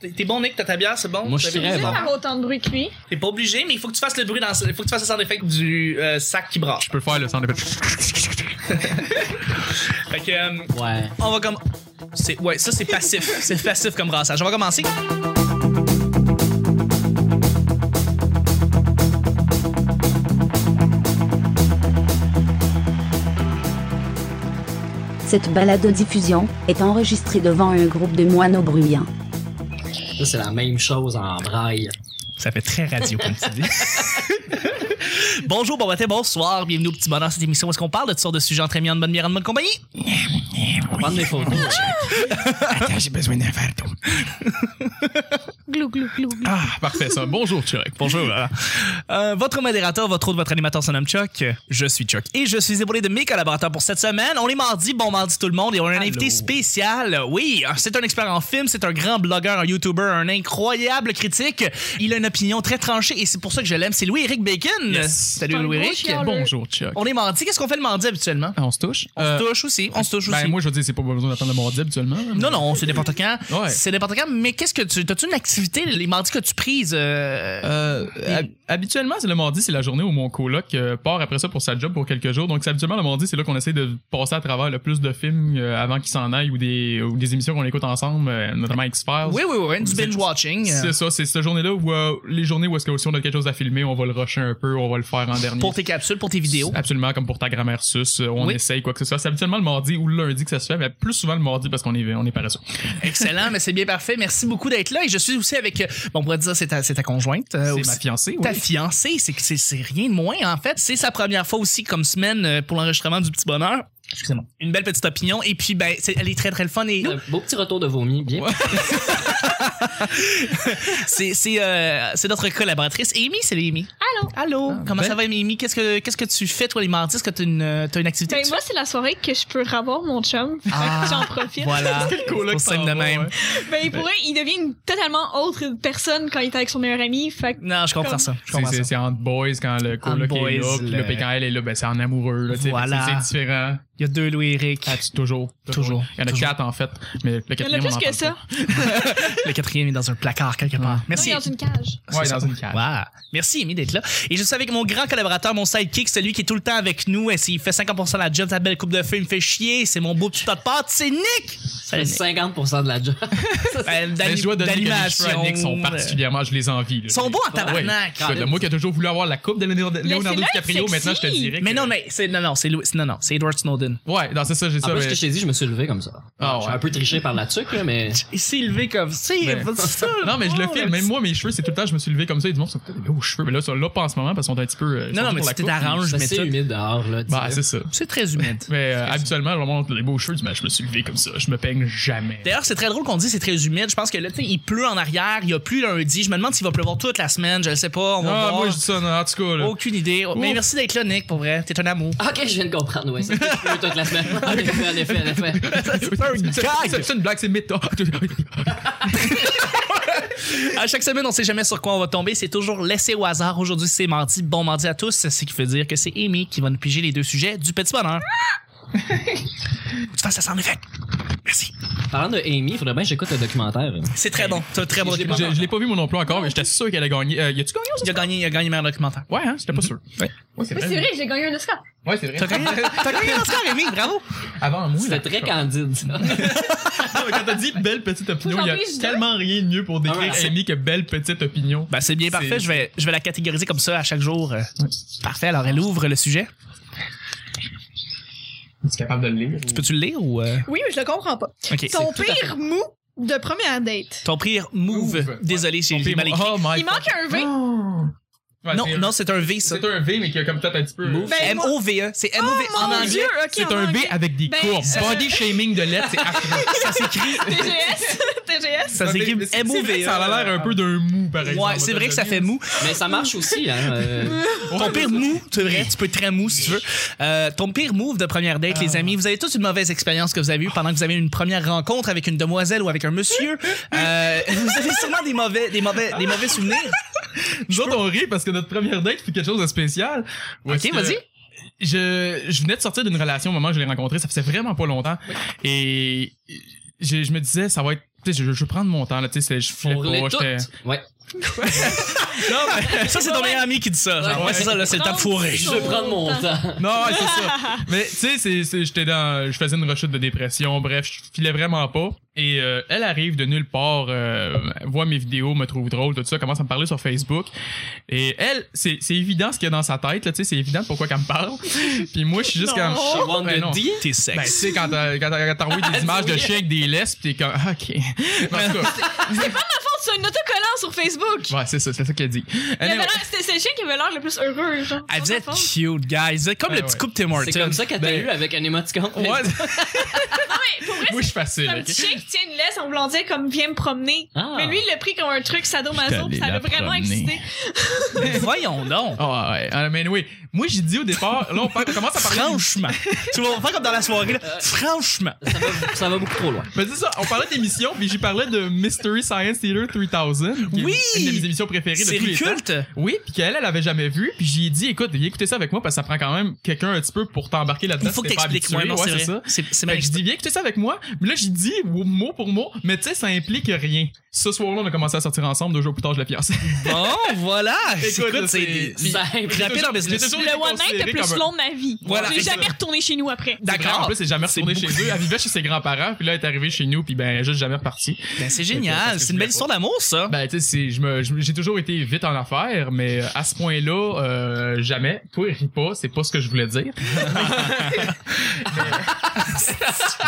T'es t'es bon, Nick, t'as ta bière, c'est bon? Moi, je T'as suis bien très dit? bon. faire autant de bruit que lui. Ben, T'es pas obligé, mais il faut que tu fasses le bruit dans Il faut que tu fasses le sound effect du euh, sac qui brasse. Je peux faire le son de Fait que, euh, Ouais. on va comme. C'est, ouais, ça, c'est passif. c'est passif comme brassage. On va commencer. Cette balado-diffusion est enregistrée devant un groupe de moineaux bruyants. Ça, c'est la même chose en braille. Ça fait très radio, comme tu dis. Bonjour, bon matin, bonsoir. Bienvenue au petit bonheur dans cette émission où est-ce qu'on parle de toutes sortes de sujets entre amis, en bonne bière, en bonne compagnie. On va prendre des photos. Attends, j'ai besoin d'un verre d'eau. Glou, glou, glou, glou. Ah, parfait ça. Bonjour, Chuck. Bonjour. Euh, votre modérateur, votre autre, votre animateur, son nom Chuck. Je suis Chuck. Et je suis épaulé de mes collaborateurs pour cette semaine. On est mardi, bon mardi tout le monde. Et on a un Allô. invité spécial. Oui, c'est un expert en film, c'est un grand blogueur, un YouTuber, un incroyable critique. Il a une opinion très tranchée et c'est pour ça que je l'aime. C'est Louis-Éric Bacon. Salut Un gros Louis-Éric. chialeux. Bonjour, Chuck. On est mardi. Qu'est-ce qu'on fait le mardi habituellement? On se touche? On se touche aussi. On se touche aussi. Euh, Ben, moi, je veux dire, c'est pas besoin d'attendre le mardi habituellement. Non, non, c'est n'importe quand. Ouais. C'est n'importe quand. Mais qu'est-ce que tu. T'as-tu une activité les mardis que tu prises? euh, Euh, hab- habituellement, c'est le mardi, c'est la journée où mon coloc euh, part après ça pour sa job pour quelques jours. Donc, c'est habituellement le mardi, c'est là qu'on essaie de passer à travers le plus de films euh, avant qu'il s'en aille ou des, ou des émissions qu'on écoute ensemble, euh, notamment X-Files. Oui, oui, oui, oui, du binge-watching. euh, C'est ça, c'est cette journée-là où euh, les journées où est-ce que si on a quelque chose à filmer, on va le rusher un peu, on va le faire en dernier. Pour tes capsules, pour tes vidéos. Absolument, comme pour ta grammaire sus, euh, on Oui. essaye quoi que ce soit. C'est habituellement le mardi ou le lundi que ça se fait, mais plus souvent le mardi parce qu'on est, on est paresseux. Euh, Excellent, mais c'est bien parfait. Merci beaucoup d'être là. Et je suis aussi avec, euh, bon, on pourrait dire, c'est ta, c'est ta conjointe. euh, c'est aussi. ma fiancée, oui. Ta fiancée, c'est que c'est- c'est rien de moins, en fait. C'est sa première fois aussi comme semaine euh, pour l'enregistrement du Petit Bonheur. Excusez-moi. Une belle petite opinion. Et puis, ben, c'est- elle est très, très le fun. Et euh, Un beau petit retour de vomi, bien. c'est c'est, euh, c'est notre collaboratrice. Amy, c'est Amy. Allô? Allô? Comment ben. ça va, Amy? Qu'est-ce que, qu'est-ce que tu fais, toi, les mardis? Est-ce que t'as une, euh, t'as une activité? que Ben, tu moi, c'est la soirée que je peux revoir mon chum. Fait que Ah, J'en profite. Voilà. C'est le coloc Pour ça s'en de va, même. ouais. Ben, pour eux, il devient une totalement autre personne quand il est avec son meilleur ami. Fait que Non, je comprends ça. Je C'est- comprends C'est ça. c'est entre boys quand le coloc Entre est là, boys, puis le- le PKL est là, ben c'est en amoureux. Là, tu sais. Voilà. C'est c'est différent. Il y a deux Louis Eric. Ah, tu- toujours. Toujours. Il y en a Toujours. quatre en fait, mais il y en le a quatrième. plus on en que parle ça. Le quatrième est dans un placard quelque part. Non, Merci. il est dans une cage. pas. Ouais, C'est dans ça. une cave. Wow. Merci, Amy, d'être là. Et je suis avec mon grand collaborateur, mon sidekick, celui qui est tout le temps avec nous. Et s'il fait 50% de la job, sa belle coupe de feu, il me fait chier. C'est mon beau petit tas de pâtes. C'est Nick! Salut, C'est Nick. 50% de la job. Ben, Mais je dois d'ani- donner que les cheveux à D'animation. Nick sont particulièrement, je les envie. là. Ils sont beaux en tabarnak. Ouais. Écoute, Moi qui ai toujours voulu avoir la coupe de Leonardo Leonardo là que DiCaprio, c'est maintenant je te sexy. dirais. que- Mais non, mais c'est, non, non, c'est Louis, non, non, c'est Edward Snowden. Ouais, non, c'est ça, j'ai ça. En plus, mais- ce que je t'ai dit, je me suis levé comme ça. Ah, Je suis ouais. un peu triché par la tuque, là, mais. Il s'est levé comme ça. Ben. Non, mais je le filme. Même moi, mes cheveux, c'est tout le temps, je me suis levé comme ça. Ils disent, bon, c'est peut-être des beaux cheveux. Mais là, ça, là, pas en ce moment parce qu'on est un petit peu. euh, Non, non, surtout mais pour la si tu coupe. t'arranges, C'est mais assez tout. humide dehors, là. tu Bah, sais. c'est ça. C'est très humide. Mais euh, habituellement, le moment où on a des beaux cheveux, je dis, ben, je me suis levé comme ça. Je me peigne jamais. D'ailleurs, c'est très drôle qu'on dise c'est très humide. Je pense que là, tu sais, il pleut en arrière, il y a plus lundi. Je me demande s'il va pleuvoir toute la semaine, je ne sais pas, on va Ah, voir. moi, je dis ça, non, en tout cas, là. Aucune idée. Mais merci d'être là, Nick, pour vrai. T'es un amour. Ok, je viens de comprendre, ouais. C'est ce que je fais toute la semaine. En effet, en effet, en effet. C'est un gag. C'est c'est une blague, c'est méta. À chaque semaine, on sait jamais sur quoi on va tomber. C'est toujours laissé au hasard. Aujourd'hui, c'est mardi. Bon mardi à tous. Ce qui veut dire que c'est Amy qui va nous piger les deux sujets du petit bonheur. Faut que tu fasses ça sans effet. Merci. Parlant de Amy, il faudrait bien que j'écoute le documentaire. C'est très bon. C'est un très bon Je l'ai documentaire. je je l'ai pas vu, mon non plus encore, mais j'étais sûr qu'elle a gagné. Euh, y a-tu gagné Il a gagné, il a gagné meilleur documentaire. Ouais, hein, j'étais pas sûr. Ouais. Ouais, c'est Mais c'est vrai, j'ai gagné un Oscar. Ouais, c'est vrai. T'as gagné, t'as gagné un Oscar, Amy. Bravo. Avant moi, là. C'était très candide, ça. Quand t'as dit belle petite opinion, Faut il y j'en pige a deux. tellement rien de mieux pour décrire Ah ouais. Amy que belle petite opinion. Ben, c'est bien parfait. Je vais, je vais la catégoriser comme ça à chaque jour. Euh, Parfait. Alors, elle ouvre le sujet. Tu es capable de le lire? Tu peux-tu le lire ou. euh, Oui, mais je le comprends pas. Ok. c'est- Ton pire mou de première date. Ton pire move. Move. Désolé, j'ai j'ai mal écrit. Oh my Il manque un V. Ouais, non, c'est un- non, c'est un V, ça. Oh. C'est un V, mais qui a comme peut-être un Ah, petit peu. Move. Ben, moi- M-O-V-E. E. C'est M-O-V. Oh, en mon anglais. Dieu, ok, C'est en un V anglais. avec des Ben, courbes. c'est- Body shaming de lettres, c'est affreux. Ça s'écrit. TGS. TGS. Ça s'écrit Mais c'est- c'est vrai M-O-V-E. que E. Ça a l'air un peu d'un mou, par exemple. E. Ouais, c'est vrai que ça fait mou. mou. Mais ça marche aussi, hein. euh, Ton pire mou, c'est vrai, tu peux être très mou si tu veux. Euh, ton pire move de première date, Ah. les amis, vous avez tous une mauvaise expérience que vous avez eue pendant que vous avez une première rencontre avec une demoiselle ou avec un monsieur. Euh, vous avez sûrement des mauvais, des mauvais, des mauvais souvenirs. Nous autres, on rit parce que notre première date, c'est quelque chose de spécial. Où est-ce Ok, que- vas-y. Je, je venais de sortir d'une relation au moment où je l'ai rencontré. Ça faisait vraiment pas longtemps. Et je, je me disais, ça va être Tu sais, je, je veux prendre mon temps, là, tu sais, c'est- je filais On les pas, Oh, j'étais- toutes. Ouais. Non, mais ça, c'est ton meilleur ami qui dit ça. genre. Ouais. Ouais, c'est ça, là, c'est le tape fourré. Je vais prendre mon temps. Non, ouais, c'est ça. Mais tu sais, c'est- c'est- j'étais dans, je faisais une rechute de dépression. Bref, je filais vraiment pas. Et euh, elle arrive de nulle part, euh, voit mes vidéos, me trouve drôle, tout ça, commence à me parler sur Facebook. Et elle, c'est c'est évident ce qu'il y a dans sa tête. là, Tu sais, c'est évident pourquoi qu'elle me parle. Puis moi, je suis juste comme. She want Ben non. the D. Ah, T'es Ben, tu sexe. sais, quand t'as quand t'as- quand t'as envoyé des images de chiens avec des laisses, pis t'es comme, ah, ok. En tout cas, Fond, c'est un autocollant sur Facebook. ouais, c'est ça, c'est ça qu'elle dit. Il avait Anyway. l'air- C'était c'est le chien qui avait l'air le plus heureux. Genre, Elle Ah, vous Dans êtes le fond. cute, guys. Vous êtes Comme Ah le petit ouais. couple Tim C'est Hortons. comme ça qu'elle t'a Ben- eu avec un émoticône. Ouais, Mais pour vrai, moi, je suis facile. c'est un ok? petit chien qui tient une laisse en voulant dire comme viens me promener. Ah. Mais lui, il l'a pris comme un truc J'étais sadomaso, allé puis ça la l'a vraiment promener. excité. Voyons donc. Ah ouais, Ah, mais anyway, moi j'ai dit au départ, là on par- commence à parler Euh, Franchement. tu vas faire comme dans la soirée, là. Franchement. Ça va, ça va beaucoup trop loin. Mais Ben, c'est ça, on parlait d'émissions, puis j'y parlais de Mystery Science Theater 3000. qui est Oui! Une de mes émissions préférées de tous Série les temps. culte. Oui, puis qu'elle, elle avait jamais vu, puis j'ai dit, écoute, viens écouter ça avec moi, parce que ça prend quand même quelqu'un un petit peu pour t'embarquer là-dedans. Il faut que si t'es pas t'expliques. habitué. Ouais, non, Ouais, c'est c'est ça. vrai. C'est c'est Fait mal que je dis, viens écouter ça avec moi. Mais là, j'ai dit, mot pour mot, mais tu sais, ça implique rien. Ce soir-là, on a commencé à sortir ensemble, deux jours plus tard, je la fiancée. Bon, voilà. Écoute, là, c'est. Ben, c'est- Simple. Rapide en business. J'ai toujours été Le one night considéré le comme plus un- long de ma vie. Voilà, J'ai c'est jamais ça. retourné chez nous après. D'accord. En D'accord. plus, elle est jamais retournée C'est chez eux. Elle vivait chez ses grands-parents, puis là, elle est arrivée chez nous, puis ben, elle est juste jamais repartie. Ben, c'est Parce que génial. je C'est une belle voulais histoire d'amour, ça. Ben, tu sais, c'est- je me- je- j'ai toujours été vite en affaires, mais à ce point-là, euh, jamais. Toi, ris pas, c'est pas ce que je voulais dire.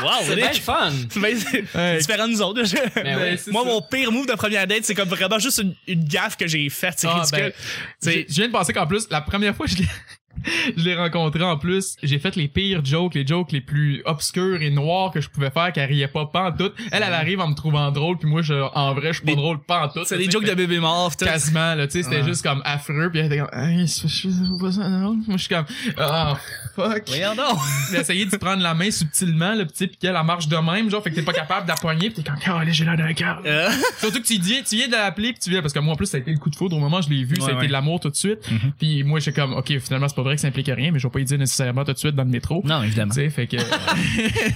Wow, C'est bien le fun. Ben, c'est différent de nous autres. Ben Ben, oui. c'est Moi, ça. mon pire move de première date, c'est comme vraiment juste une, une gaffe que j'ai faite. C'est Ah, ridicule. ben, C'est- j'ai- je viens de penser qu'en plus, la première fois que je l'ai- je l'ai rencontré en plus, j'ai fait les pires jokes, les jokes les plus obscures et noires que je pouvais faire, qu'elle riait pas pantoute. Elle, elle arrive en me trouvant drôle, puis moi, je, en vrai, je suis pas Des- drôle pantoute. C'est tu des sais, jokes de fait- bébé mort. tout. Quasiment, là, tu sais, c'était Ouais. juste comme affreux, puis elle était comme, hey, je suis pas ça, non? Moi, je suis comme, ah, fuck. Voyons donc. d'essayer de prendre la main subtilement, le petit, pis qu'elle elle marche de même, genre, fait que t'es pas capable de la poigner, pis t'es comme, oh, allez, j'ai l'air d'un cœur. Euh, Surtout que tu dis, tu viens de l'appeler, pis tu viens, parce que moi, en plus, ça a été le coup de foudre au moment, où je l'ai vu, Ouais, ça a ouais. Mm-hmm. été de l'amour tout de suite. Puis moi, j'étais comme, ok, finalement, c'est pas vrai que ça implique rien, mais je vais pas y dire nécessairement tout de suite dans le métro. Non, Ah, évidemment. Tu sais, fait que.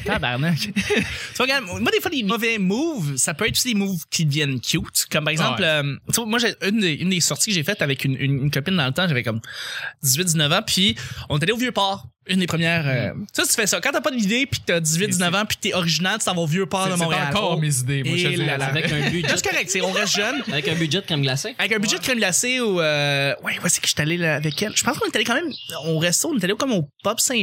Tabarnak. tu vois, regarde, moi, des fois, les mauvais moves, ça peut être aussi des moves qui deviennent cute. Comme par exemple, Ouais. euh, tu vois, moi, j'ai une, des- une des sorties que j'ai faites avec une, une, une copine dans le temps, j'avais comme 18, 19 ans, puis on est allé au Vieux-Port. Une des premières. euh, Mm. Tu sais, tu fais ça. Quand t'as pas d'idée, puis que t'as 18, Et 19 ans, puis que t'es original, tu t'en vas au Vieux-Port c'est de c'est Montréal. encore Oh. mes idées, moi, je Et te dis. là là. Avec un budget. C'est correct, c'est- on reste jeune. Avec un budget de crème glacée. Avec un budget de crème glacée ou euh, ouais, où est-ce que je suis allé là, avec elle? Je pense qu'on est allé quand même au resto, on est allé comme au Pop Saint-Paul.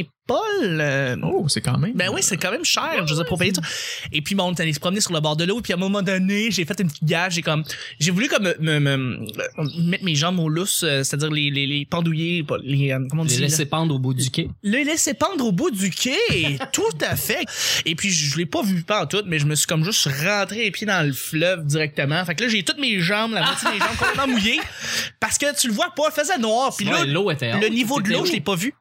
euh, Oh, c'est quand même. Ben oui, c'est quand même cher, je sais pour payer ça. Et puis bon, on est allé se promener sur le bord de l'eau, puis à un moment donné, j'ai fait une petite gage, j'ai comme j'ai voulu comme me, me- me- mettre mes jambes au lousse, euh, c'est-à-dire les, les, les pendouiller, pas- les euh, comment on Les dit là? laisser pendre au bout du quai. le laisser pendre au bout du quai, tout à fait. Et puis je l'ai pas vu pas en tout, mais je me suis comme juste rentré les pieds dans le fleuve directement. Fait que là j'ai toutes mes jambes, la moitié des jambes complètement mouillées parce que tu le vois pas, il faisait noir. Puis là, Ouais, l'eau était le haute. niveau de C'était l'eau, je haut. l'ai pas vu.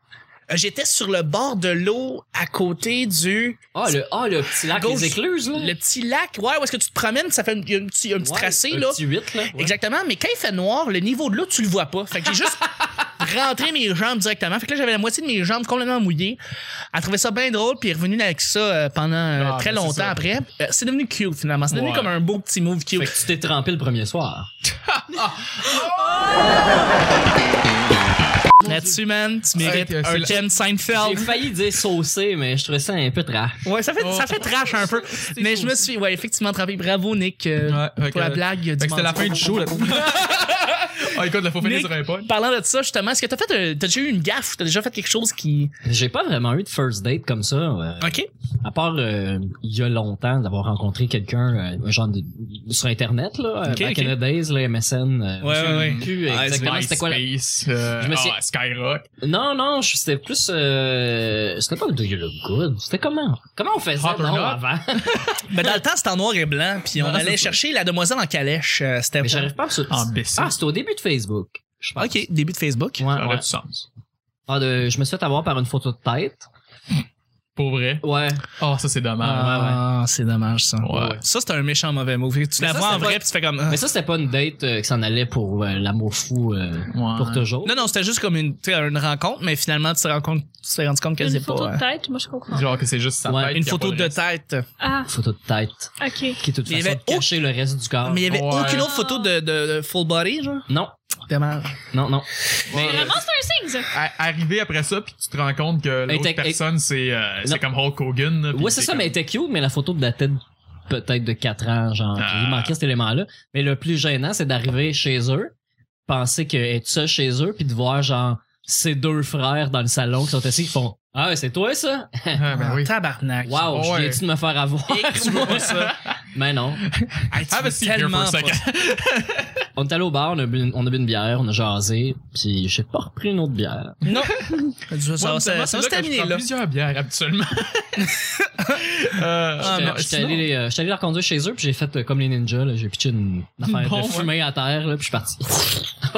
Euh, J'étais sur le bord de l'eau à côté du Ah, le, ah, le petit lac Gauche. des écluses, là. le petit lac. Ouais, où est-ce que tu te promènes, ça fait un, il y a un petit, un petit Ouais, tracé un là. petit huit, là. Ouais. Exactement, mais quand il fait noir, le niveau de l'eau, tu le vois pas. Fait que j'ai juste rentré mes jambes directement. Fait que là, j'avais la moitié de mes jambes complètement mouillées. Elle trouvait ça bien drôle, puis elle est revenue avec ça euh, pendant euh, Ah, très ben, c'est longtemps ça. après. Euh, c'est devenu cute, finalement. C'est devenu Ouais. comme un beau petit move cute. Fait que tu t'es trempé le premier soir. Là-dessus, man, tu mérites Ouais, euh, c'est un la- thème J'ai Seinfeld. failli dire saucé, mais je trouvais ça un peu trash. Ouais, ça fait, ça Oh. fait trash un peu. Mais je cool. me suis, ouais, effectivement, travaillé. Bravo, Nick, euh, Ouais, fait pour que- la blague Fait du que c'était la mardi. fin du show, là. Ah, écoute, là, faut finir Nick- sur un punch. Parlant de ça, justement, est-ce que t'as fait, euh, t'as déjà eu une gaffe? T'as déjà fait quelque chose qui... J'ai pas vraiment eu de first date comme ça. euh, OK. À part euh, il y a longtemps d'avoir rencontré quelqu'un euh, genre de- sur internet là, euh, Ok, back ok. in the days, là, MSN. Ouais, euh, je ouais, sais ouais. plus exactement c'était quoi la- MySpace, euh, Je me suis- ah, Skyrock. Non non, je- c'était plus euh, c'était pas le Do You Look Good, c'était comment Comment on faisait Hot or non, not? avant Ben, dans le temps, c'était en noir et blanc, puis on Non, allait c'est ça. chercher la demoiselle en calèche. euh, c'était Mais j'arrive pas à me sou- Imbécile. Ah, c'était au début de Facebook. Je pense. OK, début de Facebook. Ouais, Ça ouais. aurait du sens. Ah, de- je me suis fait avoir par une photo de tête. Pour vrai. Ouais. Oh, ça, c'est dommage. Ah, c'est dommage ça. Ouais. Ça, c'est un méchant mauvais movie. Tu Mais la ça, vois en c'est vrai, pas- puis tu fais comme. ah. Mais ça, c'était pas une date euh, qui s'en allait pour euh, l'amour fou euh, Ouais. pour toujours. Non, non, c'était juste comme une, tu sais, une rencontre, mais finalement, tu te rends compte, tu t'es rendu compte qu'elle Une n'était pas. photo euh, de tête, moi je comprends. Genre que c'est juste sa Ouais. tête une qui a photo pas de reste. tête. Ah, Photo de tête ok. qui, de toute Mais il y façon, avait cachait le reste du corps. Mais il y avait Ah, Ouais. aucune autre photo de, de, de full body, genre. Non, Dommage. non, non. Ouais. Vraiment, c'est un signe, ça. À- Arrivé après ça, puis tu te rends compte que Elle l'autre était- personne, c'est euh, c'est Non. comme Hulk Hogan. là, puis euh, Ouais, c'est ça, comme- mais elle était cute, mais la photo datait de peut-être de 4 ans, genre. puis Ah. Il manquait cet élément-là. Mais le plus gênant, c'est d'arriver chez eux, penser qu'elle est seule chez eux, puis de voir, genre, ses deux frères dans le salon qui sont assis, qui font Ah, ouais, c'est toi, ça? Ah, ben Ah, oui. Tabarnak. Waouh, Ouais. je viens-tu de me faire avoir? Et tu vois ça. mais non. Hey, tu Ah, ben, veux c'est here for tellement a pas. second. On est allé au bar, on a bu une, on a bu une bière, on a jasé, puis j'ai pas repris une autre bière. Non. Ça, ça, Ouais, mais ça, seulement, ça c'est va se là que je terminer, prends là. plusieurs bières, absolument. Euh, Ah, J'étais- non, J'étais sinon- allé, euh, j'étais allé la reconduire chez eux, puis j'ai fait euh, comme les ninjas, là, j'ai pitché une, une affaire Bon, de ouais. fumée à terre, là, puis je suis parti.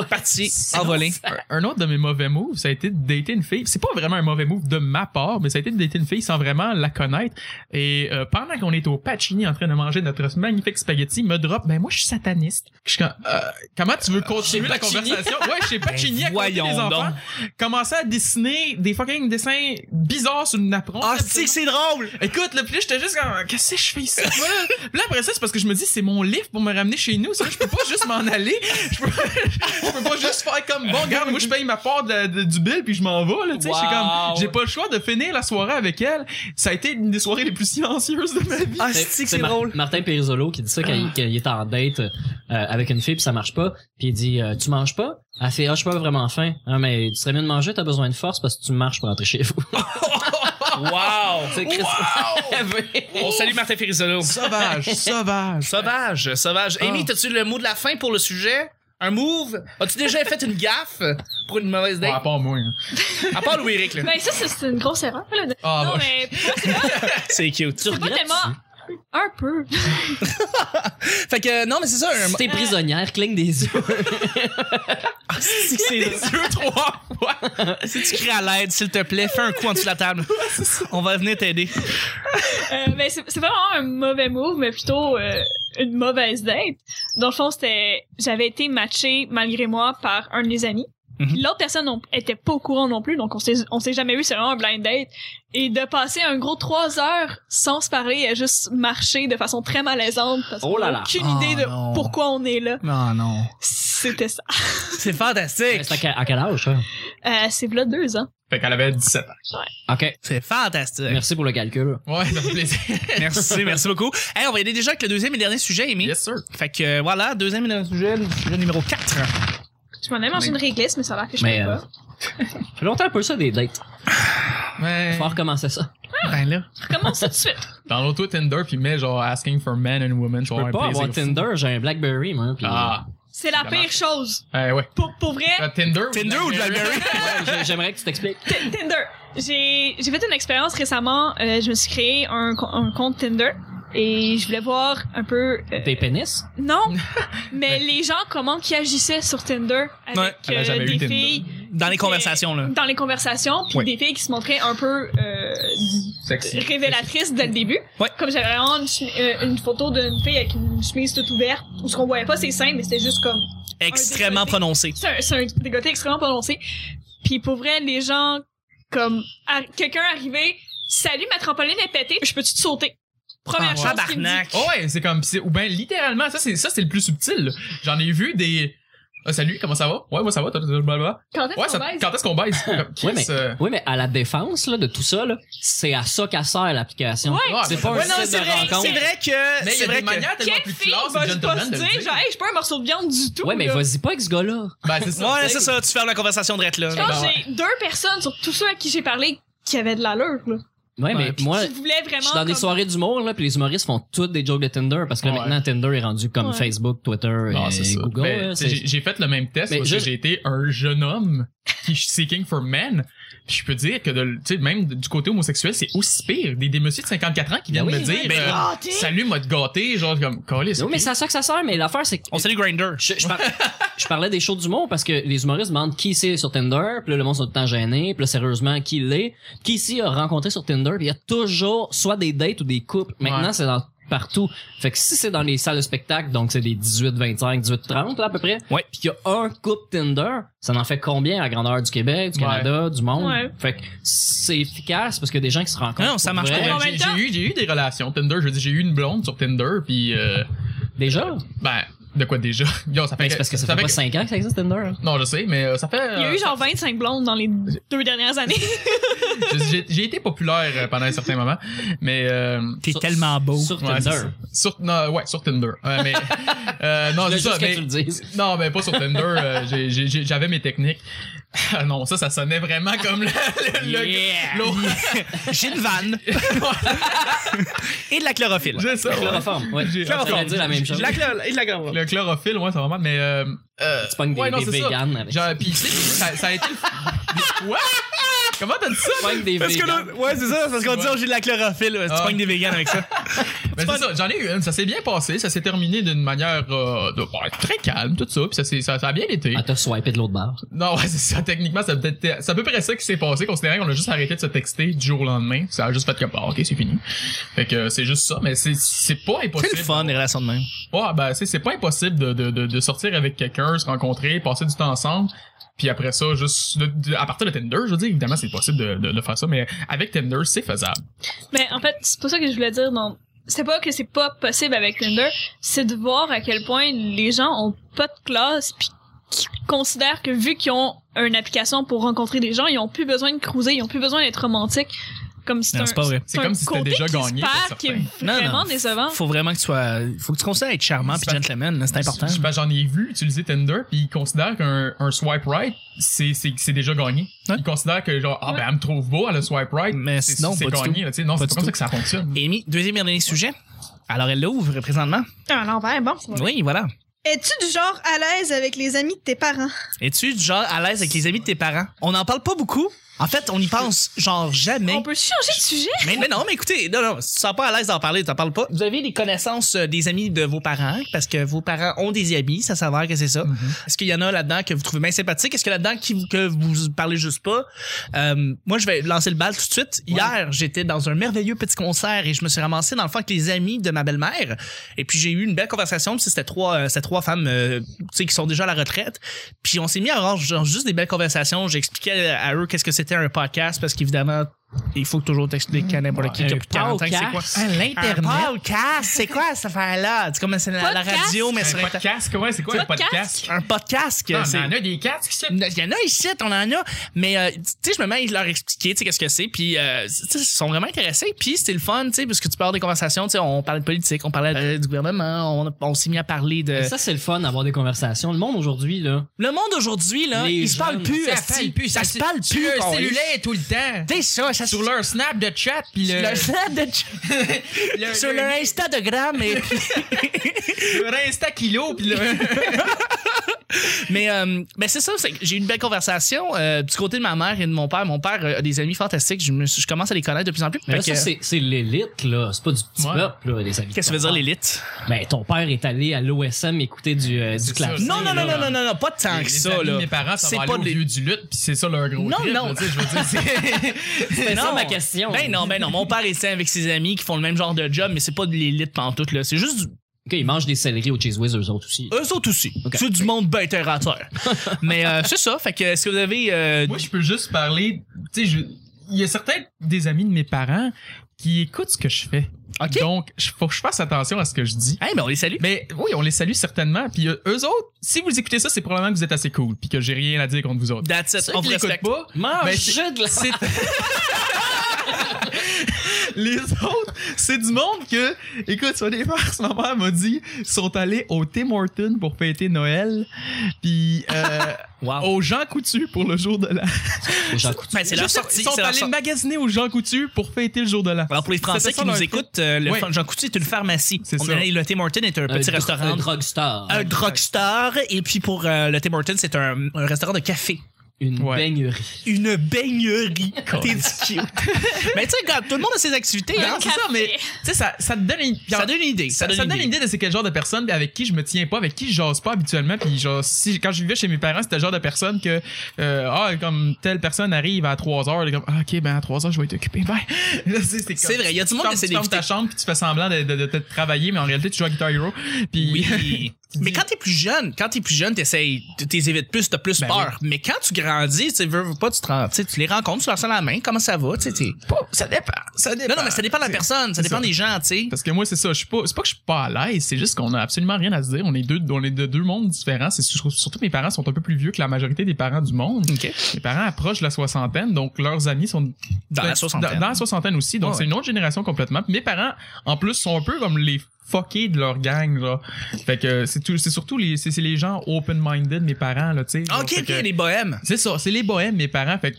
Parti, envolé. Un un autre de mes mauvais moves, ça a été de dater une fille. C'est pas vraiment un mauvais move de ma part, mais ça a été de dater une fille sans vraiment la connaître. Et euh, pendant qu'on est au Pacini en train de manger notre magnifique spaghetti, me drop, ben moi je suis sataniste. Je suis comme, euh, comment tu veux continuer Chez la Pacini? conversation? Ouais, chez Pacini à côté des Ben, voyons enfants. donc. Commencer à dessiner des fucking dessins bizarres sur une apron. Ah, si, c'est drôle! Écoute, là, puis là, j'étais juste comme, qu'est-ce que je fais ici? moi, là? Puis là, après ça, c'est parce que je me dis, c'est mon livre pour me ramener chez nous. Ça, je peux pas juste m'en aller. Je peux, je peux pas juste faire comme, bon, regarde, moi, je paye ma part de la- de- du bill, puis je m'en vais, là, tu sais. Je suis Wow. comme, j'ai pas le choix de finir la soirée avec elle. Ça a été une des soirées les plus silencieuses de ma vie. Ah, C'est- si, c'est c'est Mar- drôle. Martin Perisolo qui dit ça quand il, quand il est en date euh, avec une fille puis ça marche pas. Puis il dit euh, tu manges pas Elle fait ah je suis pas vraiment faim. Ah mais tu serais mieux de manger, t'as besoin de force parce que tu marches pour rentrer chez vous. Wow! C'est Chris- On salue Martin Ferrisolo. Sauvage, sauvage. Sauvage, sauvage. Ah. Amy, t'as-tu le mot de la fin pour le sujet? Un move? As-tu déjà fait une gaffe pour une mauvaise Ouais, date? à part moi. hein. À part Louis Rick, là. Ben, ça, c'est- c'est une grosse erreur, là. Ah, non, bah, mais C'est cute. tu pas regrettes tellement. Un peu. Fait que, non, mais c'est ça, un. Si t'es prisonnière, cligne des yeux. Si Les yeux trois fois. tu cries à l'aide, s'il te plaît, fais un coup en dessous de la table. On va venir t'aider. Euh, ben, c'est c'est pas vraiment un mauvais move, mais plutôt euh, une mauvaise date. Dans le fond, c'était j'avais été matchée malgré moi par un de mes amis. Mhm. Puis L'autre personne non- était pas au courant non plus, donc on s'est on s'est jamais eu, c'est vraiment un blind date. Et de passer un gros trois heures sans se parler et juste marcher de façon très malaisante parce qu'on Oh là a là. aucune Oh idée de non. pourquoi on est là. Non, non. C'était ça. C'est Mais fantastique. c'est à, quel- à quel âge ça? Euh, c'est v'là deux ans. Fait qu'elle avait 17 ans. Ok. C'est fantastique. Merci pour le calcul. Ouais, ça fait plaisir. Merci, merci beaucoup. Hey, on va aider déjà avec le deuxième et dernier sujet, Amy. yes, sir. Fait que, euh, voilà, deuxième et dernier sujet, le sujet numéro 4. Je m'en ai mangé une réglisse, mais ça a l'air que je Mais, peux euh, pas. Ça fait longtemps un peu ça des dates. Ouais. Faut recommencer ça. Ben là. Recommence tout de suite. Dans l'auto Tinder, puis mets genre asking for men and women. Je peux pas avoir Tinder, j'ai un Blackberry moi. puis- Ah, C'est la Ça pire marche. chose. eh ouais. Pour, pour vrai, Euh, Tinder, Tinder ou Blackberry? Ouais, j'ai- J'aimerais que tu t'expliques. T- Tinder. J'ai j'ai fait une expérience récemment. euh, je me suis créé un, co- un compte Tinder et je voulais voir un peu. euh, Des pénis? non, mais les gens comment qui agissaient sur Tinder avec Ouais, elle a euh, jamais des eu Tinder. filles Dans les conversations, là. dans les conversations, puis Ouais. des filles qui se montraient un peu euh, Sexy. révélatrices dès le début. Ouais. Comme j'avais vraiment une, chemi- euh, une photo d'une fille avec une chemise toute ouverte où ce qu'on voyait pas ses seins, mais c'était juste comme Extrêmement prononcé. c'est un, c'est un dégoté extrêmement prononcé. Puis pour vrai, les gens, comme, ar- quelqu'un arrivé, salut, ma trampoline est pétée, je peux-tu te sauter? Première Ah, chose qu'il me dit. tabarnak. Oh ouais, c'est comme c'est- ou ben littéralement ça c'est ça c'est le plus subtil. là. J'en ai vu des Ah, salut, comment ça va? Ouais, moi ça va, toi, toi, toi, blablabla. Quand est-ce Ouais, qu'on ça- baise? quand est-ce qu'on baise? Comme, Chris, Ouais, mais- euh, Oui, mais à la défense là, de tout ça, là, c'est à ça qu'à sert l'application. Ouais. ah, C'est mais- pas un Ouais, non, site c'est de vrai, rencontre. c'est vrai que. Mais il y C'est a vrai des que. manières tellement Quelle plus fille classe va et se gentleman de le poster, dire. genre, hey, je peux un morceau de viande du tout. Ouais, mais là. vas-y pas avec ce gars-là. Ben, c'est ça. Ouais, c'est ça, tu fermes la conversation de là. Je là. pense que Ouais. j'ai deux personnes sur tous ceux à qui j'ai parlé qui avaient de l'allure, là. Ouais, mais puis moi, qui voulaient je vraiment. suis dans des comme- soirées d'humour, là, puis les humoristes font toutes des jokes de Tinder, parce que là, Ouais. maintenant, Tinder est rendu comme Ouais. Facebook, Twitter Non, et c'est ça. Google. Ben, là, t'sais, c'est- j'ai j'ai fait le même test Mais parce je- que j'ai été un jeune homme qui est seeking for men. Puis je peux dire que de, t'sais, même du côté homosexuel, c'est aussi pire. Des, des messieurs de 54 ans qui viennent Ben oui. me dire Ben, euh, gâté. Salut, moi te gâté, genre comme Calisse, Non, mais c'est à ça que ça sert, mais l'affaire, c'est que... On salue Grinder. Je, je par- je parlais des shows d'humour parce que les humoristes demandent qui c'est sur Tinder, puis là, le monde sont tout le temps gêné, puis là, sérieusement, qui l'est, qui ici a rencontré sur Tinder Tinder, puis il y a toujours soit des dates ou des couples. Maintenant, Ouais. c'est dans partout. Fait que si c'est dans les salles de spectacle, donc c'est des 18, 25, 18, 30 là, à peu près, Ouais. puis qu'il y a un couple Tinder, ça en fait combien à la grandeur du Québec, du Ouais. Canada, du monde? Ouais. Fait que c'est efficace parce que des gens qui se rencontrent. Non, ça pour marche vrai. pour en Eh, J'ai même temps- j'ai eu, j'ai eu des relations Tinder. Je veux dire, j'ai eu une blonde sur Tinder, puis euh, Déjà? ben, de quoi déjà? Yo, ça fait Ben, c'est parce que ça, fait, pas que- 5 ans que ça existe Tinder. hein. Non, je sais, mais euh, ça fait. Il y a euh, eu genre 25 blondes dans les deux dernières années. j'ai- j'ai- J'ai été populaire euh, pendant un certain moment, mais euh, T'es Sur- tellement beau. Sur ouais, c'est Tinder. ça. sur non, ouais, sur Tinder. Ouais, mais euh, Je non, c'est veux ça. juste que Mais, tu le dises. non, mais pas sur Tinder. euh, j'ai- j'ai- j'ai- J'avais mes techniques. Ah non, ça, ça sonnait vraiment comme le. le- le- Yeah. l'eau. J'ai une vanne. Et de la chlorophylle. Je sais, ouais. Chloroforme, ouais. J'ai- J'allais dire la même chose. La chlo- et de la chlorophylle. Le chlorophylle, ouais, ça va mal, mais. Euh, euh, Tu pognes des, ouais, non, des c'est ça. véganes avec. Genre, pis tu sais, ça, ça a été. Quoi? Comment t'as dit ça? Tu pognes des Parce que véganes. là, ouais, c'est ça, c'est parce qu'on dit oh, j'ai de la chlorophylle. ouais, Tu Ah. pognes des végans avec ça. Ben, c'est ça, j'en ai eu une, ça s'est bien passé, ça s'est terminé d'une manière euh, de- ouais, très calme, tout ça, puis ça, s'est- ça, ça a bien été. Ah, t'as swipé de l'autre barre. Non, ouais, c'est ça, techniquement, ça peut être, ça peut paraître ça qui s'est passé, considérant qu'on a juste arrêté de se texter du jour au lendemain, ça a juste fait que, ah, ok, c'est fini. Fait que euh, c'est juste ça, mais c'est, c'est pas impossible. C'est le fun, les relations de même. Ouais, ben, c'est, c'est pas impossible de, de, de, de sortir avec quelqu'un, se rencontrer, passer du temps ensemble. Puis après ça, juste de- de- à partir de Tinder, je veux dire, évidemment, c'est possible de, de, de faire ça, mais avec Tinder, c'est faisable. Mais en fait, c'est pas ça que je voulais dire dans. C'est pas que c'est pas possible avec Tinder, c'est de voir à quel point les gens ont pas de classe puis qui considèrent que vu qu'ils ont une application pour rencontrer des gens, ils ont plus besoin de cruiser, ils ont plus besoin d'être romantiques. Comme si Non, un- c'est pas vrai. C'est comme si c'était côté déjà qui se gagné pour perd, certains. qui est Non, non. vraiment décevant. Faut vraiment que tu sois. Faut que tu considères être charmant C'est puis gentleman, là, c'est important. Je- ben, J'en ai vu utiliser Tinder, puis ils considèrent qu'un un swipe right, c'est c'est- c'est déjà gagné. Ouais. Ils considèrent que genre, ah ben, Ouais. elle me trouve beau, elle a le swipe right, Mais c'est sinon, c'est pas du gagné. tout. là, tu sais. non, Pas c'est du pas comme tout. ça que ça fonctionne. Amy, deuxième et dernier sujet. Alors, elle l'ouvre présentement. À Ah, l'envers, bon. Oui, voilà. Es-tu du genre à l'aise avec les amis de tes parents? Es-tu du genre à l'aise avec les amis de tes parents? On n'en parle pas beaucoup. En fait, on y pense genre jamais. On peut changer de sujet. Mais, mais non, mais écoutez, non, non, si tu sens pas à l'aise d'en parler, t'en parles pas. Vous avez des connaissances euh, des amis de vos parents, parce que vos parents ont des amis, ça s'avère que c'est ça. Est-ce qu'il y en a là-dedans que vous trouvez bien sympathique? Est-ce que là-dedans qui vous- que vous parlez juste pas? Euh, moi, je vais lancer le bal tout de suite. Hier, j'étais dans un merveilleux petit concert et je me suis ramassé dans le fond avec les amis de ma belle-mère. Et puis j'ai eu une belle conversation. Puis C'était trois, euh, c'était trois femmes, euh, tu sais, qui sont déjà à la retraite. Puis on s'est mis à avoir genre, juste des belles conversations. J'expliquais à eux qu'est-ce que c'était un podcast parce qu'évidemment, il faut toujours t'expliquer à n'importe qui qui a plus de 40 ans que c'est quoi. podcast. Internet. Un podcast, c'est quoi cette affaire-là? C'est comme c'est la, la Podcast? radio, mais sur Un Internet. Euh, podcast, comment c'est quoi un Podcast? podcast? Un podcast, Ah, c'est. mais il y en a des casques, ça. Il y en a ici, on en a, mais euh, tu sais, je me mets à leur expliquer, tu sais, qu'est-ce que c'est, puis euh, tu sais, ils sont vraiment intéressés, puis c'était le fun, tu sais, parce que tu parles des conversations, tu sais, on parlait de politique, on parlait euh, du gouvernement, on, on s'est mis à parler de... Ça, c'est le fun d'avoir des conversations. Le monde aujourd'hui, là. Le monde aujourd'hui, là, Les ils se parlent jeunes, plus, Ça esti. parle plus, ça ça- se parle sur plus, leur con. cellulaire tout le temps. T'sais ça, ça se- Sur leur snap de chat, puis sur le, leur snap de- le- sur le- leur Instagram, et puis- leur Insta kilo, puis le... Mais, euh, mais c'est ça, c'est que j'ai eu une belle conversation euh, du côté de ma mère et de mon père. Mon père euh, a des amis fantastiques, je, me suis- je commence à les connaître de plus en plus. Mais là, Fait ça, que- c'est, c'est l'élite, là. C'est pas du petit Ouais. peuple, là, les amis. Qu'est-ce que ça veut dire l'élite? Ben, ton père est allé à l'OSM écouter du, euh, du C'est ça, clavier. Non, non, non, non, non, non, non, pas tant Les que ça, amis de là. Mes parents, ça C'est va pas aller au des- lieu du lutte, puis c'est ça leur gros Non, trip, non. là, tu sais, Je veux dire, c'est... C'est ça non. ma question. Ben non, ben non, mon père est sain avec ses amis qui font le même genre de job, mais c'est pas de l'élite pantoute, là. C'est juste du- OK, ils mangent des céleris au Cheese Whiz, eux autres aussi. eux autres aussi. Ok. C'est du monde ben terre à terre. mais euh, c'est ça, fait que est-ce que vous avez. euh, Moi, je peux juste parler. Tu sais, je- il y a certains des amis de mes parents qui écoutent ce que je fais. Ok. Donc, je- faut que je fasse attention à ce que je dis. Hey, ben on les salue. Mais oui, on les salue certainement. Puis euh, eux autres, si vous écoutez ça, c'est probablement que vous êtes assez cool, puis que j'ai rien à dire contre vous autres. That's it, Ceux on qui vous l'écoutent respecte. pas, Mange ben, c'est- de la... c'est les autres, c'est du monde que, écoute, sur des farces, ma mère m'a dit, sont allés au Tim Horton pour fêter Noël, puis euh, Wow. au Jean Coutu pour le jour de l'an. Oh, Au Jean Coutu. Ben, c'est leur Je sais pas, sortie. Ils sont c'est leur allés sortie. magasiner au Jean Coutu pour fêter le jour de l'an. Alors pour les Français C'était ça qui nous leur écoutent, euh, le Ouais. Fan- Jean Coutu est une pharmacie. C'est On ça. est- le Tim Horton est un Un petit Euh, dro- restaurant. Ah, Un drugstore. Un drugstore. Et puis pour euh, le Tim Horton, c'est un, un restaurant de café. une Ouais. baignerie. Une baignerie. T'es cute. mais tu sais, regarde, tout le monde a ses activités. Un hein. Ben c'est ça, café. mais- Tu sais, ça, ça te donne une. Ça donne une idée. Ça, ça donne l'idée de c'est quel genre de personne puis avec qui je me tiens pas, avec qui je jase pas habituellement. Puis genre, si, quand je vivais chez mes parents, c'était le genre de personne que, euh, ah, comme telle personne arrive à 3 heures, comme, ah, ok, ben à 3 heures, je vais être occupé. Bye. c'est c'est comme- C'est vrai, y a du Tu monde qui fermes- essaie tu fermes d'éviter. ta chambre puis tu fais semblant de, de, de, de travailler, mais en réalité, tu joues à Guitar Hero. Puis, Oui. Tu dis- Mais quand t'es plus jeune, quand t'es plus jeune, t'essayes, tu- t'es évites plus, t'as plus Ben peur. Mais quand tu grandis, tu sais, veux, veux pas, tu, te rends- tu sais, tu les rencontres, tu leur sens la main, comment ça va, tu sais, t'es- Pas- ça dépend. Ça dépend. Non, non, mais ça dépend de la C'est- personne, ça c'est dépend ça. des gens, tu sais. Parce que moi, c'est ça. Je suis pas, c'est pas que je suis pas à l'aise. C'est juste qu'on a absolument rien à se dire. On est deux, on est de deux mondes différents. C'est sur- surtout mes parents sont un peu plus vieux que la majorité des parents du monde. OK. Mes parents approchent la soixantaine, donc leurs amis sont Dans la soixantaine. Dans, dans la soixantaine aussi. Donc Ouais, c'est une autre génération complètement. Puis Mes parents, en plus, sont un peu comme les fuckés de leur gang là. Fait que c'est tout, c'est surtout les, c'est c'est les gens open-minded. Mes parents là, tu sais. Genre, OK, fait OK, que- les bohèmes. c'est ça, c'est les bohèmes, mes parents. Fait que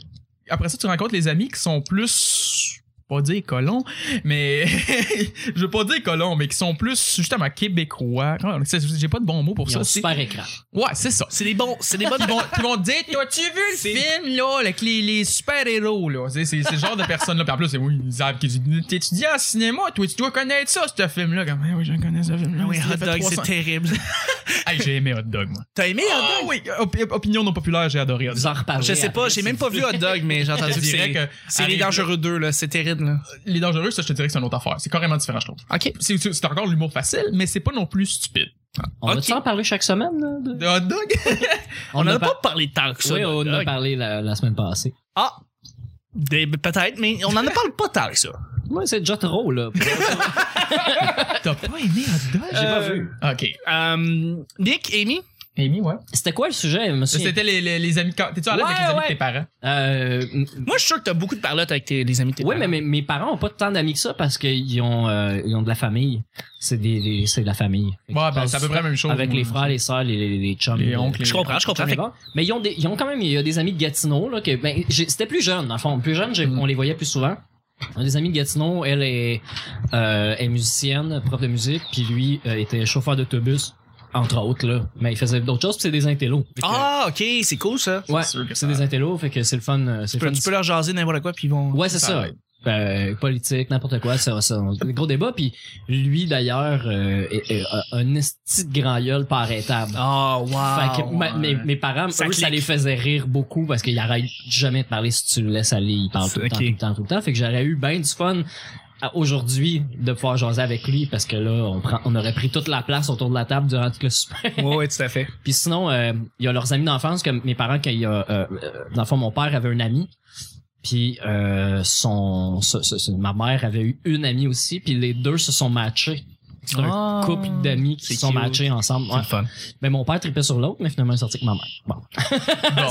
après ça, tu rencontres les amis qui sont plus pas dire colons, mais je veux pas dire colons, mais qui sont plus justement québécois. Ah, c'est- J'ai pas de bon mot pour Ils ont ça. un c'est- super écran. Ouais, c'est ça. C'est des bons, c'est des bonnes. Ils vont, ils vont te dire, t'as-tu vu le film, là, avec les, les super-héros, là? C'est, c'est, c'est le genre de personne-là. Puis en plus, c'est oui, ils savent qu'ils disent, t'étudies en cinéma, toi, tu dois connaître ça, ce film-là. Comme, Ah oui, je connais ce film-là. Oui, Il a hot fait dog, 300. c'est terrible. Hey, j'ai aimé Hot Dog, moi. T'as aimé hot Ah dog? oui, op- opinion non populaire, j'ai adoré Hot Dog. Vous en reparlez. Je sais pas, après, j'ai si même vous pas vu voulez. hot dog, mais j'ai entendu Je que dirais c'est. que C'est les arrive- dangereux deux, là. C'est terrible, là. Les dangereux, ça, je te dirais que c'est une autre affaire. C'est carrément différent, je trouve. OK. C'est, c'est- c'est encore l'humour facile, mais c'est pas non plus stupide. On va-tu en parler chaque semaine? là, de- De hot dog? On en n'a a pas parlé tant que ça. Oui, de on hot en a dog. parlé la, la semaine passée. Ah! Des- Peut-être, mais on en a parle pas tant que ça. Moi, c'est déjà trop, là. T'as pas aimé hot dog? J'ai pas vu. Ok. Euh, Nick, Amy, Amy, ouais. C'était quoi le sujet, monsieur? C'était les, les, les amis. de ca- T'es-tu à l'aise Ouais, avec les amis ouais. de tes parents? Euh, m- moi je suis sûr que t'as beaucoup de parlotte avec tes, les amis de tes oui, parents. mais mes, mes parents ont pas tant d'amis que ça parce qu'ils ont, euh, ils ont de la famille. C'est des, des- c'est de la famille. Fait que Ouais, je ben, passe c'est à peu près la même chose. Avec les frères, les sœurs, les, les, les chums. euh, Les les- oncles, Je comprends, je comprends. chums, Fait les que- gars. Mais ils ont, des, ils ont quand même, il y a des amis de Gatineau, là, que, ben, j'ai- c'était plus jeune, dans le fond. Plus jeune, j'ai- Mm. on les voyait plus souvent. On a des amis de Gatineau, elle est, euh, est musicienne, prof de musique, puis lui euh, était chauffeur d'autobus, entre autres, là. Mais il faisait d'autres choses, puis c'est des intellos. Fait que- ah, ok, c'est cool ça. ouais, c'est sûr que c'est ça- des intellos, fait que c'est le fun. euh, C'est Tu le peux, fun tu peux leur jaser n'importe quoi, puis ils vont. Ouais, c'est ça. Euh, politique, n'importe quoi, ça, ça, un gros débat. Puis lui, d'ailleurs, euh, est- est- a un esti de grand gueule pas arrêtable. Ah, Fait que wow. ma- mes, mes parents, Ça eux, ça clique. les faisait rire beaucoup parce qu'ils arrêtent jamais de parler si tu le laisses aller. Ils parlent tout le temps, Ok. tout le temps, tout le temps. Fait que j'aurais eu bien du fun à- aujourd'hui de pouvoir jaser avec lui parce que là, on, prend, on aurait pris toute la place autour de la table durant tout le souper. Ouais, ouais, tout à fait. Puis sinon, euh, il y a leurs amis d'enfance, comme mes parents, quand il y a, euh, euh, dans le fond, mon père avait un ami. Puis euh, son, ce- ce- ce- ma mère avait eu une amie aussi, puis les deux se sont matchés. C'est un Ah. couple d'amis qui C'est se sont cute. matchés ensemble. C'est Ouais. le fun. Mais mon père tripait sur l'autre, mais finalement il est sorti avec ma mère. Bon. Bon.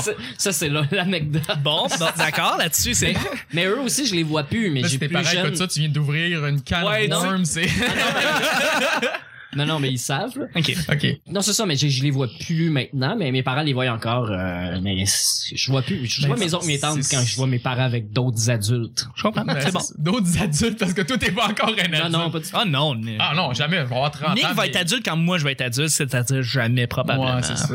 Ça- ça, c'est là l'anecdote. Bon, bon, d'accord, là-dessus, c'est. Mais eux aussi, je les vois plus, mais Là, si j'ai t'es plus pareil, jeune. écoute ça, tu viens d'ouvrir une canne Ouais, de non. worms, c'est. Non, non, mais ils savent. là. Ok. ok. Non, c'est ça, mais je, je les vois plus maintenant, mais mes parents les voient encore. euh, mais c- je vois plus. Je Ben, vois mes oncles, mes tantes c'est- quand je vois mes parents avec d'autres adultes. Je comprends. Ben, c'est bon. c'est- D'autres adultes, parce que toi, t'es pas encore un adulte. Non, non, pas du tout. Ah non, Nick. Ah non, jamais. Je vais avoir 30 Nick ans. va mais- être adulte quand moi je vais être adulte, c'est-à-dire jamais probablement. Ouais, c'est ça.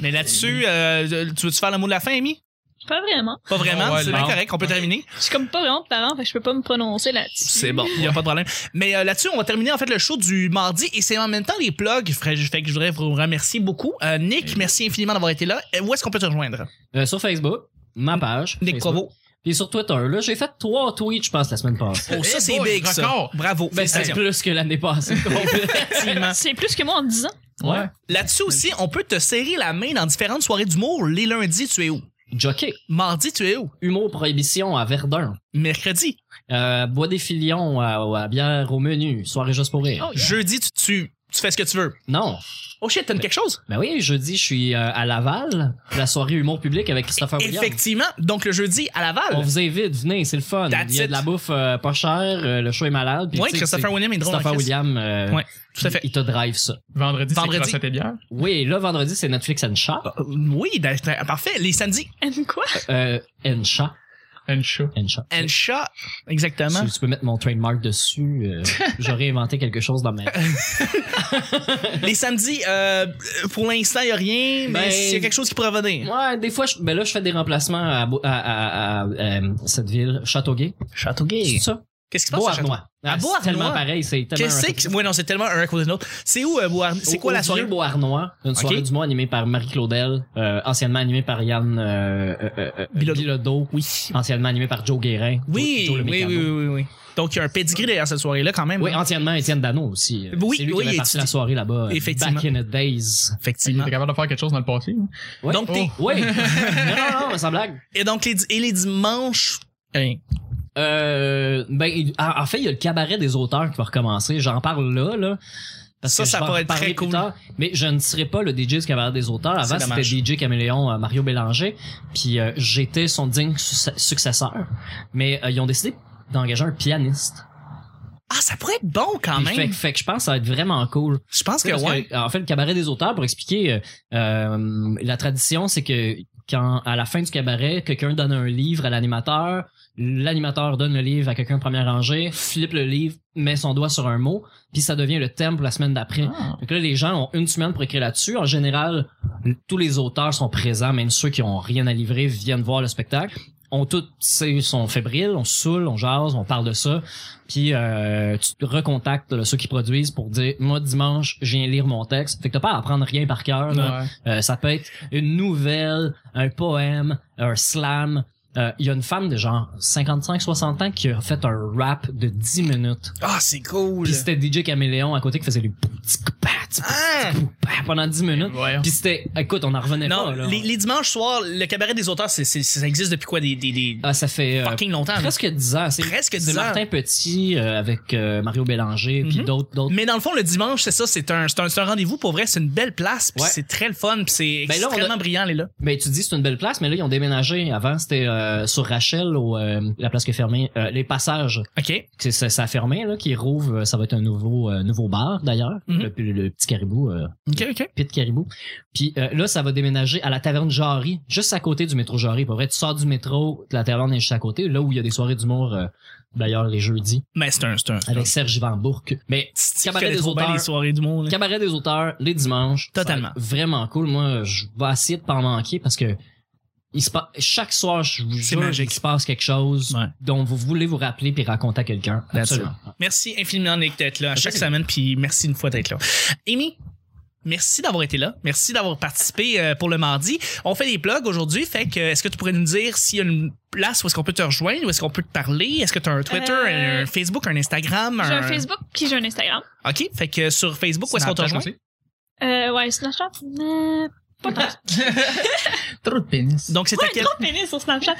Mais là-dessus, euh, tu veux-tu faire le mot de la fin, Amy? Pas vraiment. Pas vraiment, Ouais, c'est bien non. correct, on peut terminer. Je suis comme pas vraiment de parent, fait que je peux pas me prononcer là-dessus. C'est bon, il n'y a pas de problème. Mais euh, là-dessus, on va terminer en fait le show du mardi et c'est en même temps les plugs. Fait fait que je voudrais vous remercier beaucoup. Euh, Nick, merci infiniment d'avoir été là. Et Où est-ce qu'on peut te rejoindre? Euh, sur Facebook, ma page. Nick Facebook. Provo. Et sur Twitter, là, j'ai fait trois tweets, je pense, la semaine passée. Oh, ça, Eh c'est boy, big, ça. record. Bravo. Ben, c'est Félicitations. plus que l'année passée. Effectivement. C'est plus que moi en 10 ans. ouais. Là-dessus aussi, on peut te serrer la main dans différentes soirées d'humour. Les lundis, tu es où? Jockey, Mardi, tu es où? humour prohibition à Verdun. Mercredi. Euh, bois des filions à, à bière au menu. Soirée juste pour Oh, rire. Jeudi, tu, tu, tu fais ce que tu veux. Non. Oh shit, t'as une quelque chose? Ben oui, jeudi, je suis euh, à Laval, pour la soirée humour public avec Christopher Williams. Effectivement. Donc le jeudi, à On Laval. vous invite, venez, c'est le fun. That's Il y a it. de la bouffe euh, pas chère, euh, le show est malade. puis Oui, tu sais, Christopher c'est- William est drôle. en Christopher Christ. William, euh, Ouais, tout à fait. il te drive ça. Vendredi, c'est Vendredi. Crossette et bière. Oui, là, vendredi, c'est Netflix and Chat. Euh, Oui, d'ailleurs, parfait. Les samedis. Quoi? Euh, and Chat. Un chat. and shot. And shot, exactement. Si tu peux mettre mon trademark dessus, euh, j'aurais inventé quelque chose dans ma. Les samedis, euh, pour l'instant, il n'y a rien, mais Ben- s'il y a quelque chose qui pourrait venir. Ouais, des fois, je, ben là, je fais des remplacements à, Bo- à, à- à, euh, cette ville, Châteauguay. Châteauguay. C'est ça? Qu'est-ce qui se passe à Châteauguay? Beauharnois. À Ah, c'est Beauharnois? tellement pareil, c'est tellement. Qu'est-ce un- que c'est? Ouais, non, c'est tellement un à côté de l'autre. C'est où, euh, Beauharnois? C'est Au- quoi au la soirée? Vieux Beauharnois, une Ok. soirée du mois animée par Marie Claudel, euh, anciennement animée par Yann euh, euh, euh, euh, Bilodeau. Bilodeau, Oui. anciennement animée par Joe Guérin. Oui, Joe- Joe oui, oui, le Mécano. oui, oui, oui. Donc, il y a un pedigree derrière cette soirée-là, quand même. Oui, hein? anciennement Étienne Dano aussi. Euh, Oui, c'est lui oui, qui avait tu- parti la soirée là-bas. euh, Effectivement. Back in the days. Il Effectivement. était capable de faire quelque chose dans le passé. hein. Ouais. Donc, t'es- Oh. Ouais. non, non, non, mais sans blague. Et donc, les, di- et les dimanches, rien. Euh, ben, il- en en fait, il y a le cabaret des auteurs qui va recommencer. J'en parle là, là. Parce Ça, que je ça vais en pourrait être parler très plus cool. tard. mais je ne serai pas le DJ du cabaret des auteurs. C'est Avant, c'était dommage. DJ Caméléon euh, Mario Bélanger. Puis euh, j'étais son digne su- successeur. Mais euh, ils ont décidé d'engager un pianiste. Ah, ça pourrait être bon, quand Puis Fait, même. que- fait que je pense que ça va être vraiment cool. Je pense que, Parce que, ouais. en fait, le cabaret des auteurs, pour expliquer, euh, euh, la tradition, c'est que quand à la fin du cabaret, quelqu'un donne un livre à l'animateur, l'animateur donne le livre à quelqu'un de première rangée, flippe le livre, met son doigt sur un mot, puis ça devient le thème pour la semaine d'après. Donc là, les gens ont une semaine pour écrire là-dessus. En général, tous les auteurs sont présents, même ceux qui ont rien à livrer viennent voir le spectacle. On tout, c'est- sont fébriles, on se saoule, on jase, on parle de ça. Puis euh, tu te recontactes là, ceux qui produisent pour dire moi dimanche, je viens lire mon texte. Fait que t'as pas à apprendre rien par cœur. là. Ouais. Euh, ça peut être une nouvelle, un poème, un slam. Euh, Il y a une femme de genre 55-60 ans qui a fait un rap de 10 minutes. Ah, c'est cool. Puis c'était DJ Caméléon à côté qui faisait les pouts-tic-pats, Ah! pouts-pats pendant 10 minutes. Voyons. Puis c'était, écoute, on en revenait Non, pas. Là. les, les dimanches soirs, le cabaret des auteurs, c'est, c'est- ça existe depuis quoi? Des, des, des Ah, ça fait euh, fucking longtemps. là. presque 10 ans. C'est, Presque c'est 10 ans. Martin Petit euh, avec euh, Mario Bélanger puis Mhm. d'autres, d'autres. Mais dans le fond, le dimanche, c'est ça, c'est un, c'est un, c'est un rendez-vous pour vrai, c'est une belle place, puis Ouais. c'est très le fun, puis c'est Ben là, on a- extrêmement brillant, les là. Ben, tu dis c'est une belle place, mais là, ils ont déménagé. Avant, c'était euh, sur Rachel, au, euh, la place qui est fermée. Euh, les passages, OK. c'est, ça, ça a fermé, là, qui rouvre. Ça va être un nouveau, euh, nouveau bar, d'ailleurs. Mhm. le, le petit caribou, euh, OK, OK. Pit Caribou. Puis euh, là, ça va déménager à la taverne Jarry, juste à côté du métro Jarry. Pour vrai, tu sors du métro, la taverne est juste à côté, là où il y a des soirées d'humour, euh, d'ailleurs, les jeudis, Mais Ben, c'est un, c'est un. avec Serge Van Bourque. Mais c'est un- Cabaret je connais des trop bien auteurs. les soirées du monde. là. cabaret des auteurs, les dimanches. Totalement. ça va être Vraiment cool. Moi, je vais essayer de pas en manquer parce que il se pa- chaque soir, je vous C'est jure, magique. il se passe quelque chose Ouais. dont vous voulez vous rappeler puis raconter à quelqu'un. That's Absolument. Merci infiniment, Nick, d'être là à chaque Merci. semaine, puis merci une fois d'être là. Amy, merci d'avoir été là. Merci d'avoir participé euh, pour le mardi. On fait des plugs aujourd'hui, fait que euh, est-ce que tu pourrais nous dire s'il y a une place où est-ce qu'on peut te rejoindre, où est-ce qu'on peut te parler? Est-ce que tu as un Twitter, Euh, un Facebook, un Instagram? J'ai un Facebook puis j'ai un Instagram. OK, fait que sur Facebook, où est-ce qu'on te Snapchat rejoint? aussi. Euh, ouais, Snapchat, euh, pas trop. Trop de pénis. Donc, c'est à quel... trop pénis sur Snapchat.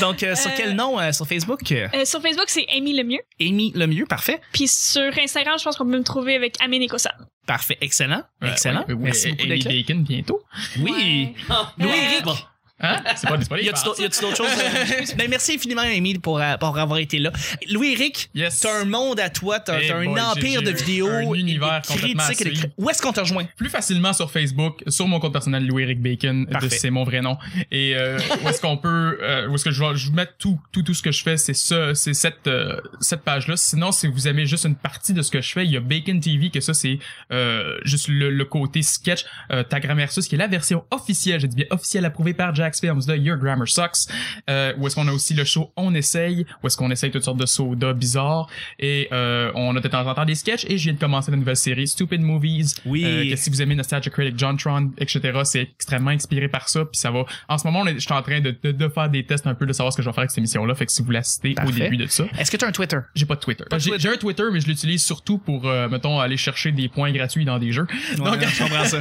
Donc, euh, sur Euh, quel nom euh, sur Facebook? Euh, Euh, sur Facebook, c'est Amy Lemieux. Amy Lemieux, parfait. Puis sur Instagram, je pense qu'on peut me trouver avec Amine Ecossa. Parfait, excellent. Ouais, excellent. ouais, ouais, Merci ouais, beaucoup Amy d'être là. Bacon bientôt. Oui. Louis Louis-Éric. Bon. Hein? C'est pas, c'est pas les Y a-tu farces. d'autres y a-tu d'autres choses? Ben, merci infiniment, Amy, pour, euh, pour avoir été là. Louis-Éric, Yes. t'as un monde à toi, t'as Hey t'as un Eh boy, empire j'ai- de j'ai vidéos. un et de univers complètement Euh, à critiques et de suivre. cri- Où est-ce qu'on te rejoint? plus facilement sur Facebook, sur mon compte personnel Louis-Éric Bacon, de- Parfait. c'est mon vrai nom. Et euh, où est-ce qu'on peut, euh, où est-ce que je vais, je vous mets tout, tout, tout ce que je fais, c'est ça, c'est cette, euh, cette page-là. Sinon, si vous aimez juste une partie de ce que je fais, il y a Bacon TV, que ça c'est euh, juste le, le côté sketch. Euh, Ta grammaire sus, qui est la version officielle, j'ai dit bien officielle, approuvée par Jack Films de Your Grammar Sucks. Euh, où est-ce qu'on a aussi le show On essaye, où est-ce qu'on essaye toutes sortes de sodas bizarres. Et euh, on a de temps en temps des sketchs. Et je viens de commencer la nouvelle série Stupid Movies. Oui. Euh, que si vous aimez Nostalgia Critic, John Tron, etc., c'est extrêmement inspiré par ça. Puis ça va. En ce moment, on est- je suis en train de, de, de faire des tests un peu de savoir ce que je vais faire avec cette émission-là. Fait que si vous voulez assister au Parfait. début de ça, Est-ce que t'as un Twitter? j'ai pas de Twitter. de J'ai Twitter. j'ai un Twitter, mais je l'utilise surtout pour, euh, mettons, aller chercher des points gratuits dans des jeux. Donc, je comprends ça.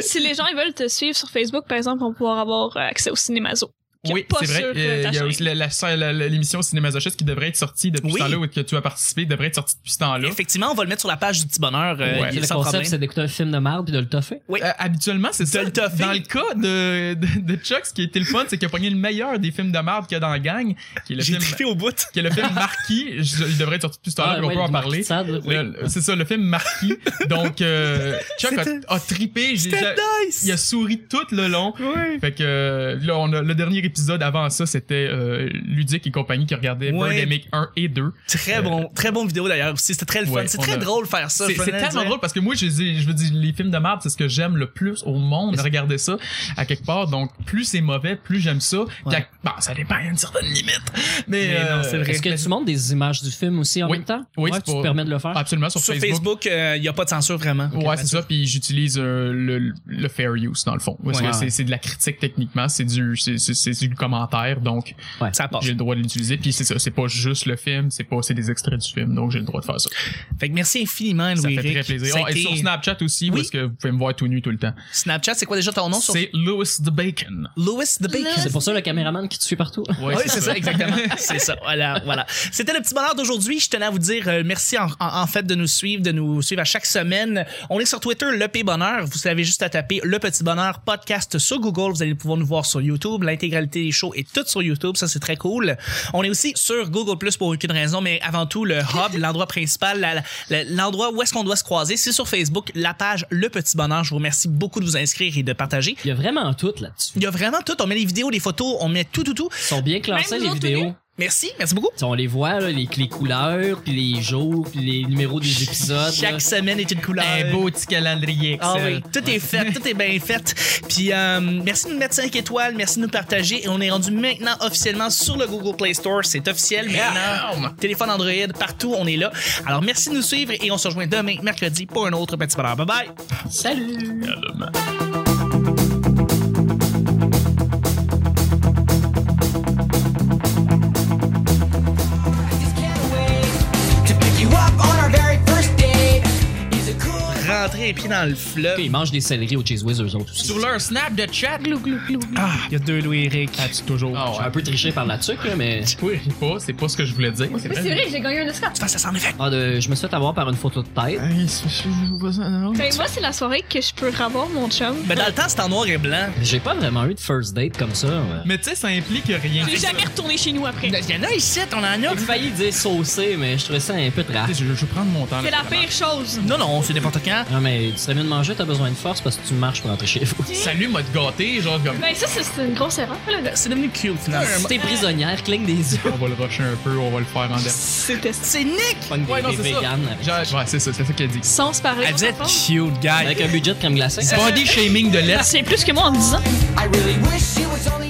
si les gens ils veulent te suivre sur Facebook, par exemple, on va pouvoir avoir euh, accès au Cinémazo. qui est Oui, pas c'est vrai. sur, euh, Euh, ta Il y a chaîne. aussi la- la- la- la- l'émission Cinémasochiste qui devrait être sortie depuis Oui. ce temps-là ou que tu as participé devrait être sortie depuis ce temps-là. Effectivement, on va le mettre sur la page du petit bonheur. euh, Ouais. il- Le sans concept, problème. c'est d'écouter un film de merde puis de le toffer. Oui. Euh, habituellement, c'est ça. le toffer. Dans le cas de, de, de Chuck, ce qui était le fun, c'est qu'il a pogné le meilleur des films de merde qu'il y a dans la gang, qui est le J'ai film trippé au bout. qui est le film Marquis. Je- il devrait être sorti plus tard, Ah, mais on ouais, peut en du Marquis parler. de Sade, là. Le- le- C'est ça, le film Marquis. Donc, euh, Chuck C'était- a, a trippé. J'ai- C'était j'ai- nice! Il a souri tout le long. Oui. Fait que euh, là, on a le dernier épisodes avant ça, c'était euh, Ludique et compagnie qui regardaient Ouais. Birdemic 1 et 2. Très bon, très bon vidéo d'ailleurs aussi. C'était très le fun. Ouais, c'est on très a- drôle faire ça. C'est je c'est venais de tellement dire. drôle parce que moi, je, dis- je veux dire, les films de merde, c'est ce que j'aime le plus au monde, Mais c'est- regarder ça à quelque part. Donc, plus c'est mauvais, plus j'aime ça. Puis Ouais. à- Bon, ça dépend, il y a une certaine limite. Mais, Mais non, euh, c'est vrai. Est-ce que tu montres des images du film aussi en Oui. même temps? Ouais, Oui, c'est tu pour- te permets de le faire? Absolument, sur, Sur Facebook, euh, il n'y a pas de censure vraiment. ouais, c'est ça. Puis j'utilise euh, le, le fair use dans le fond. Parce Ouais. que c'est- c'est de la critique techniquement, c'est du, c'est- c'est c'est du commentaire, donc Ça passe. j'ai le droit de l'utiliser. Puis c'est ça, c'est pas juste le film, c'est pas c'est des extraits du film, donc j'ai le droit de faire ça. Fait que merci infiniment, Louis. ça fait très plaisir. Oh, et sur Snapchat aussi, Oui. parce que vous pouvez me voir tout nu tout le temps. Snapchat, c'est quoi déjà ton nom sur C'est Louis the Bacon. Louis the Bacon? Louis. C'est pour ça le caméraman qui te suit partout. oui, c'est ça, exactement. C'est ça. Voilà, voilà. C'était le petit bonheur d'aujourd'hui. Je tenais à vous dire euh, merci en, en- en fait de nous suivre, de nous suivre à chaque semaine. On est sur Twitter, le P Bonheur. Vous savez juste à taper le petit bonheur podcast sur Google. Vous allez pouvoir nous voir sur YouTube. L'intégralité des shows est toute sur YouTube. Ça, c'est très cool. On est aussi sur Google Plus pour aucune raison, mais avant tout, le hub, l'endroit principal, la- la- l'endroit où est-ce qu'on doit se croiser, c'est sur Facebook, la page Le Petit Bonheur. Je vous remercie beaucoup de vous inscrire et de partager. Il y a vraiment tout là-dessus. Il y a vraiment tout. On met les vidéos, les photos, on met tout, tout, tout. Ils sont bien classés, Même les nous autres, vidéos. Merci, merci beaucoup. Tu sais, On les voit, là, les, les couleurs, puis les jours, puis les numéros des épisodes. là. Chaque semaine est une couleur. petit calendrier Ah oui, tout est fait, tout est bien fait. Puis euh, merci de nous mettre 5 étoiles, merci de nous partager. Et on est rendu maintenant officiellement sur le Google Play Store. C'est officiel maintenant. Téléphone Android, partout, on est là. Alors merci de nous suivre et on se rejoint demain, mercredi, pour un autre petit bonheur. Bye bye! Salut! to pick you up on our very first date. He's a cool. Rentrer les pieds dans le fleuve. Ils mangent des céleris au Cheese Whiz, eux autres aussi. Sur leur snap de chat, Glou, glou, glou, glou. Ah, il y a deux Louis Eric. toujours. J'ai un peu triché par la tuque, là, mais. Ah, Oui, pas, c'est pas ce que je voulais dire. Mais c'est vrai, j'ai gagné un Oscar. Ça, ça s'en est fait. Ah, de- je me suis fait avoir par une photo de tête. Hey, c'est- c'est- c'est pas ça, Oh. non? Ben, moi, c'est la soirée que je peux revoir mon chum. Mais Ben, dans le temps, c'était en noir et blanc. Hein? J'ai pas vraiment eu de first date comme ça. ouais. Mais tu sais, ça implique rien. J'ai jamais retourné chez nous après. Il y en a ici, on en a. J'ai failli dire saucé, mais je trouvais ça un peu trash. Je, je vais prendre mon temps. C'est là, la pire chose. Non, non, c'est n'importe quand. Non, mais tu serais mieux de manger, t'as besoin de force parce que tu marches pour rentrer chez vous. vraiment. Salut, m'a te gâté, genre comme. Ben, ça, c'est- c'est une grosse erreur, là. Euh, C'est devenu cute, finalement. Si t'es prisonnière, cligne des yeux. On va le rusher un peu, on va le faire en dernier. C'est c'est Nick! Pas une Ouais, non, bébé c'est ça. vegan avec- Genre, ouais, c'est ça, c'est ça qu'elle dit. Sans se parler. Ah, Vous on êtes s'entend? cute, guy. Avec un budget de crème glacée. Body shaming de Ben, l'Est. C'est plus que moi en 10 ans. I really wish she was on the